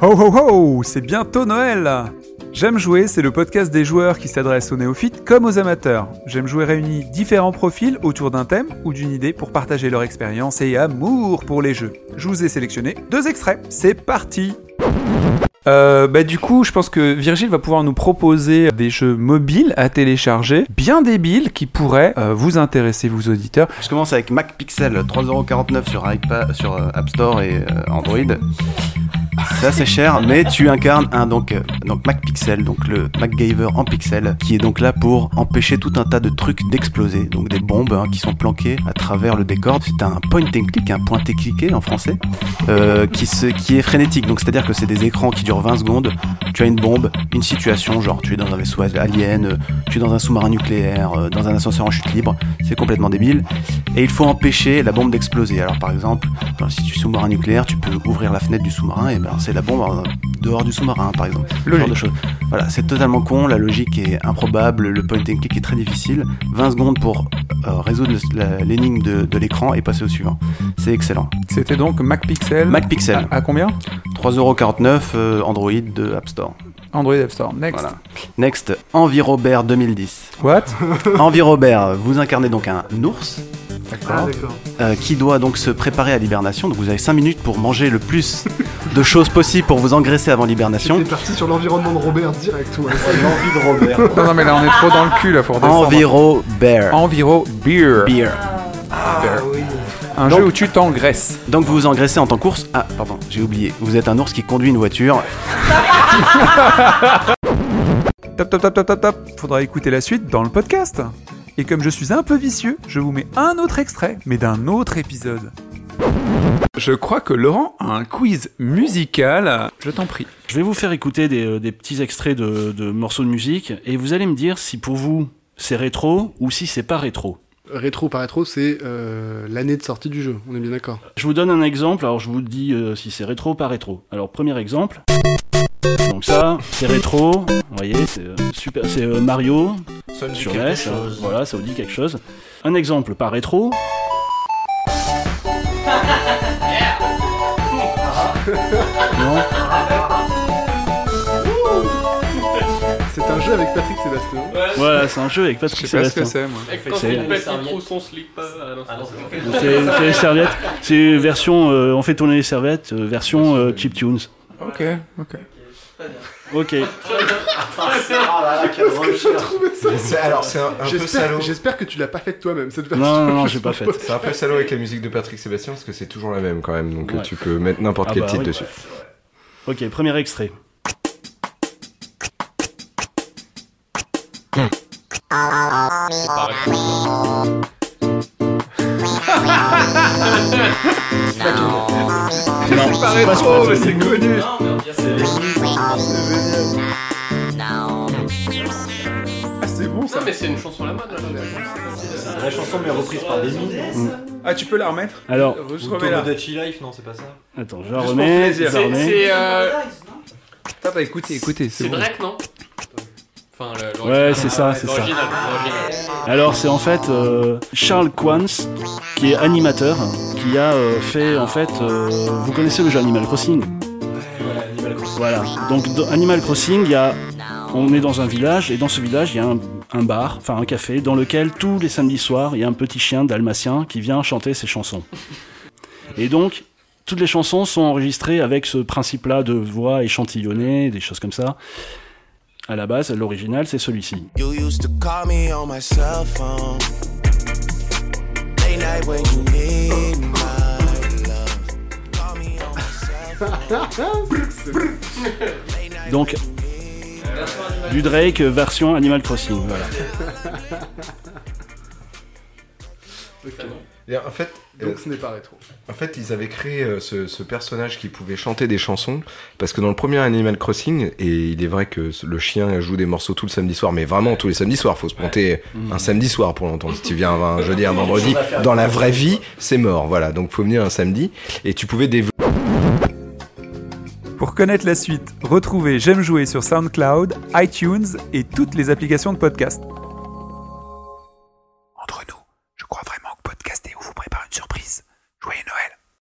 Ho ho ho C'est bientôt Noël J'aime jouer, c'est le podcast des joueurs qui s'adresse aux néophytes comme aux amateurs. J'aime jouer réunit différents profils autour d'un thème ou d'une idée pour partager leur expérience et amour pour les jeux. Je vous ai sélectionné deux extraits. C'est parti euh, bah du coup, je pense que Virgile va pouvoir nous proposer des jeux mobiles à télécharger, bien débiles, qui pourraient euh, vous intéresser, vous auditeurs. Je commence avec Mac Pixel, 3,49€ sur, iPad, sur euh, App Store et euh, Android. C'est assez cher, mais tu incarnes un donc, euh, donc Mac Pixel, donc le MacGyver en pixel, qui est donc là pour empêcher tout un tas de trucs d'exploser, donc des bombes hein, qui sont planquées à travers le décor. C'est un point and click, un point et cliqué en français, euh, qui, se, qui est frénétique, donc c'est-à-dire que c'est des écrans qui durent 20 secondes. Tu as une bombe, une situation, genre tu es dans un vaisseau alien, euh, tu es dans un sous-marin nucléaire, euh, dans un ascenseur en chute libre, c'est complètement débile. Et il faut empêcher la bombe d'exploser. Alors par exemple, dans le situ sous-marin nucléaire, tu peux ouvrir la fenêtre du sous-marin et lancer la bombe en- dehors du sous-marin, par exemple. Le genre de choses. Voilà, c'est totalement con, la logique est improbable, le point and click est très difficile. 20 secondes pour euh, résoudre le- la- l'énigme de, de l'écran et passer au suivant. C'est excellent. C'était donc MacPixel. Mac à, Pixel, à combien 3,49€ euh, Android de App Store. Android App Store. Next. Voilà. Next, Envirobert 2010. What Envirobert, euh, vous incarnez donc un ours Ah, d'accord. euh, qui doit donc se préparer à l'hibernation. Donc vous avez 5 minutes pour manger le plus de choses possibles pour vous engraisser avant l'hibernation. T'es parti sur l'environnement de Robert direct, ouais. L'envie de Robert. Non, non, mais là, on est trop dans le cul, là, faut redescendre. Envirobert. Enviro Beer. Beer. Ah oui. Un Donc- jeu où tu t'engraisses. Donc vous vous engraissez en tant qu'ours. Ah, pardon, j'ai oublié. Vous êtes un ours qui conduit une voiture. Top, top, top, top, top, top. Faudra écouter la suite dans le podcast. Et comme je suis un peu vicieux, je vous mets un autre extrait, mais d'un autre épisode. Je crois que Laurent a un quiz musical. Je t'en prie. Je vais vous faire écouter des, euh, des petits extraits de, de morceaux de musique et vous allez me dire si pour vous c'est rétro ou si c'est pas rétro. Rétro par rétro, c'est euh, l'année de sortie du jeu, on est bien d'accord. Je vous donne un exemple, alors je vous dis euh, si c'est rétro ou pas rétro. Alors premier exemple. Donc ça, c'est rétro, vous voyez, c'est euh, super, c'est euh, Mario Ça me dit sur quelque NES, chose. voilà, ça vous dit quelque chose. Un exemple pas rétro. Non. C'est un jeu avec Patrick Sébastien. Voilà, c'est un jeu avec Patrick Sébastien. c'est, moi. Quand C'est- une pète, il trouve son slip euh, à l'instant. C'est c'est les serviettes. C'est version. euh, on fait tourner les serviettes, euh, version euh, chip tunes. Ok, ok. Ok. C'est- Alors, c'est un, un peu salaud. J'espère j'espère que tu l'as pas fait toi-même cette version. Non, non, non, j'ai pas fait. C'est un peu salaud avec la musique de Patrick Sébastien parce que c'est toujours la même quand même, donc euh, Ouais. tu peux mettre n'importe Ah quel bah titre oui. dessus. Ok, premier extrait. C'est pas rétro, mais c'est connu. Ah, c'est bon ça. mais c'est une chanson à la mode là. La chanson mais reprise par des mines. Ah, tu peux la remettre Alors, Je Ou Tomodachi Life, non c'est pas ça. attends, je la remets. je la C'est- remets. C'est euh, Attends, écoutez, écoutez, c'est Drake, non Enfin, le- l'original. Ouais, c'est ça, c'est ça. L'original, l'original. Alors, c'est en fait euh, Charles Quance, qui est animateur, qui a euh, fait en fait. euh, vous connaissez le jeu Animal Crossing Voilà. Donc, dans Animal Crossing, il y a. On est dans un village et dans ce village il y a un, un bar, enfin un café, dans lequel tous les samedis soirs il y a un petit chien dalmatien qui vient chanter ses chansons. Et donc toutes les chansons sont enregistrées avec ce principe-là de voix échantillonnée, des choses comme ça. À la base, l'original c'est celui-ci. You used to call me on my cell phone. Late night when you need my love. Call me on my cell phone. Donc, du Drake euh, version Animal Crossing. Voilà. En fait, euh, Donc ce n'est pas rétro. En fait, ils avaient créé euh, ce, ce personnage qui pouvait chanter des chansons parce que dans le premier Animal Crossing, et il est vrai que ce- le chien joue des morceaux tout le samedi soir, mais vraiment tous les samedis soirs, faut se planter Mhm. un samedi soir pour l'entendre. Si tu viens un jeudi, un vendredi, dans la vraie vie, c'est mort. Voilà, donc faut venir un samedi et tu pouvais développer. Pour connaître la suite, retrouvez J'aime jouer sur SoundCloud, iTunes et toutes les applications de podcast.